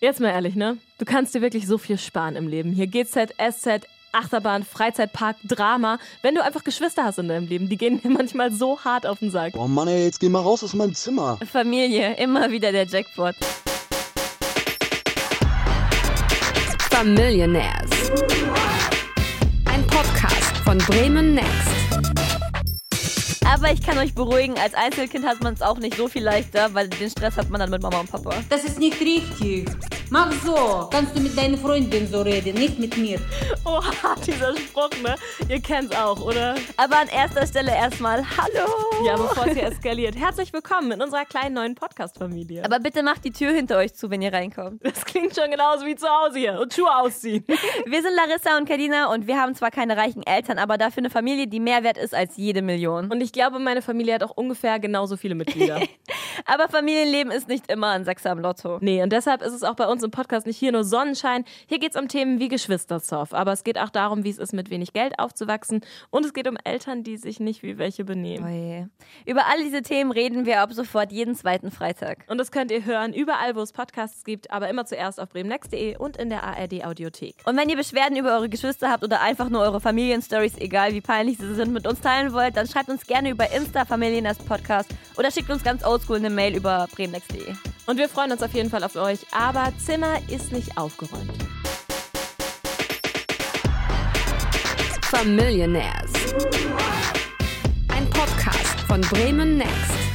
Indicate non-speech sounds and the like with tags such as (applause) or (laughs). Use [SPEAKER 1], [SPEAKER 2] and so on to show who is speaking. [SPEAKER 1] Jetzt mal ehrlich, ne? Du kannst dir wirklich so viel sparen im Leben. Hier GZ, SZ, Achterbahn, Freizeitpark, Drama. Wenn du einfach Geschwister hast in deinem Leben, die gehen dir (laughs) manchmal so hart auf den Sack.
[SPEAKER 2] Boah, Mann, ey, jetzt geh mal raus aus meinem Zimmer.
[SPEAKER 3] Familie, immer wieder der Jackpot.
[SPEAKER 4] Familionaires. Ein Podcast von Bremen Next.
[SPEAKER 3] Aber ich kann euch beruhigen, als Einzelkind hat man es auch nicht so viel leichter, weil den Stress hat man dann mit Mama und Papa.
[SPEAKER 5] Das ist nicht richtig. Mach so. Kannst du mit deiner Freundin so reden, nicht mit mir.
[SPEAKER 1] Oha, Oh, (laughs) dieser Spruch, ne? Ihr kennt's auch, oder?
[SPEAKER 3] Aber an erster Stelle erstmal Hallo!
[SPEAKER 1] Ja, bevor es hier eskaliert. Herzlich willkommen in unserer kleinen neuen Podcast-Familie.
[SPEAKER 3] Aber bitte macht die Tür hinter euch zu, wenn ihr reinkommt.
[SPEAKER 1] Das klingt schon genauso wie zu Hause hier. Und Schuhe ausziehen.
[SPEAKER 3] Wir sind Larissa und Kadina und wir haben zwar keine reichen Eltern, aber dafür eine Familie, die mehr wert ist als jede Million.
[SPEAKER 1] Und ich glaube, meine Familie hat auch ungefähr genauso viele Mitglieder.
[SPEAKER 3] Aber Familienleben ist nicht immer ein Sechser im Lotto.
[SPEAKER 1] Nee, und deshalb ist es auch bei uns im Podcast nicht hier nur Sonnenschein. Hier geht's um Themen wie Geschwisterzoff. Aber es geht auch darum, wie es ist, mit wenig Geld aufzuwachsen. Und es geht um Eltern, die sich nicht wie welche benehmen.
[SPEAKER 3] Oje. Über all diese Themen reden wir ab sofort jeden zweiten Freitag.
[SPEAKER 1] Und das könnt ihr hören überall, wo es Podcasts gibt, aber immer zuerst auf bremennext.de und in der ARD Audiothek.
[SPEAKER 3] Und wenn ihr Beschwerden über eure Geschwister habt oder einfach nur eure Familienstories, egal wie peinlich sie sind, mit uns teilen wollt, dann schreibt uns gerne über Insta Familien als Podcast oder schickt uns ganz oldschool eine Mail über bremennext.de.
[SPEAKER 1] Und wir freuen uns auf jeden Fall auf euch, aber Zimmer ist nicht aufgeräumt.
[SPEAKER 4] Familionaires. Ein Podcast von Bremen Next.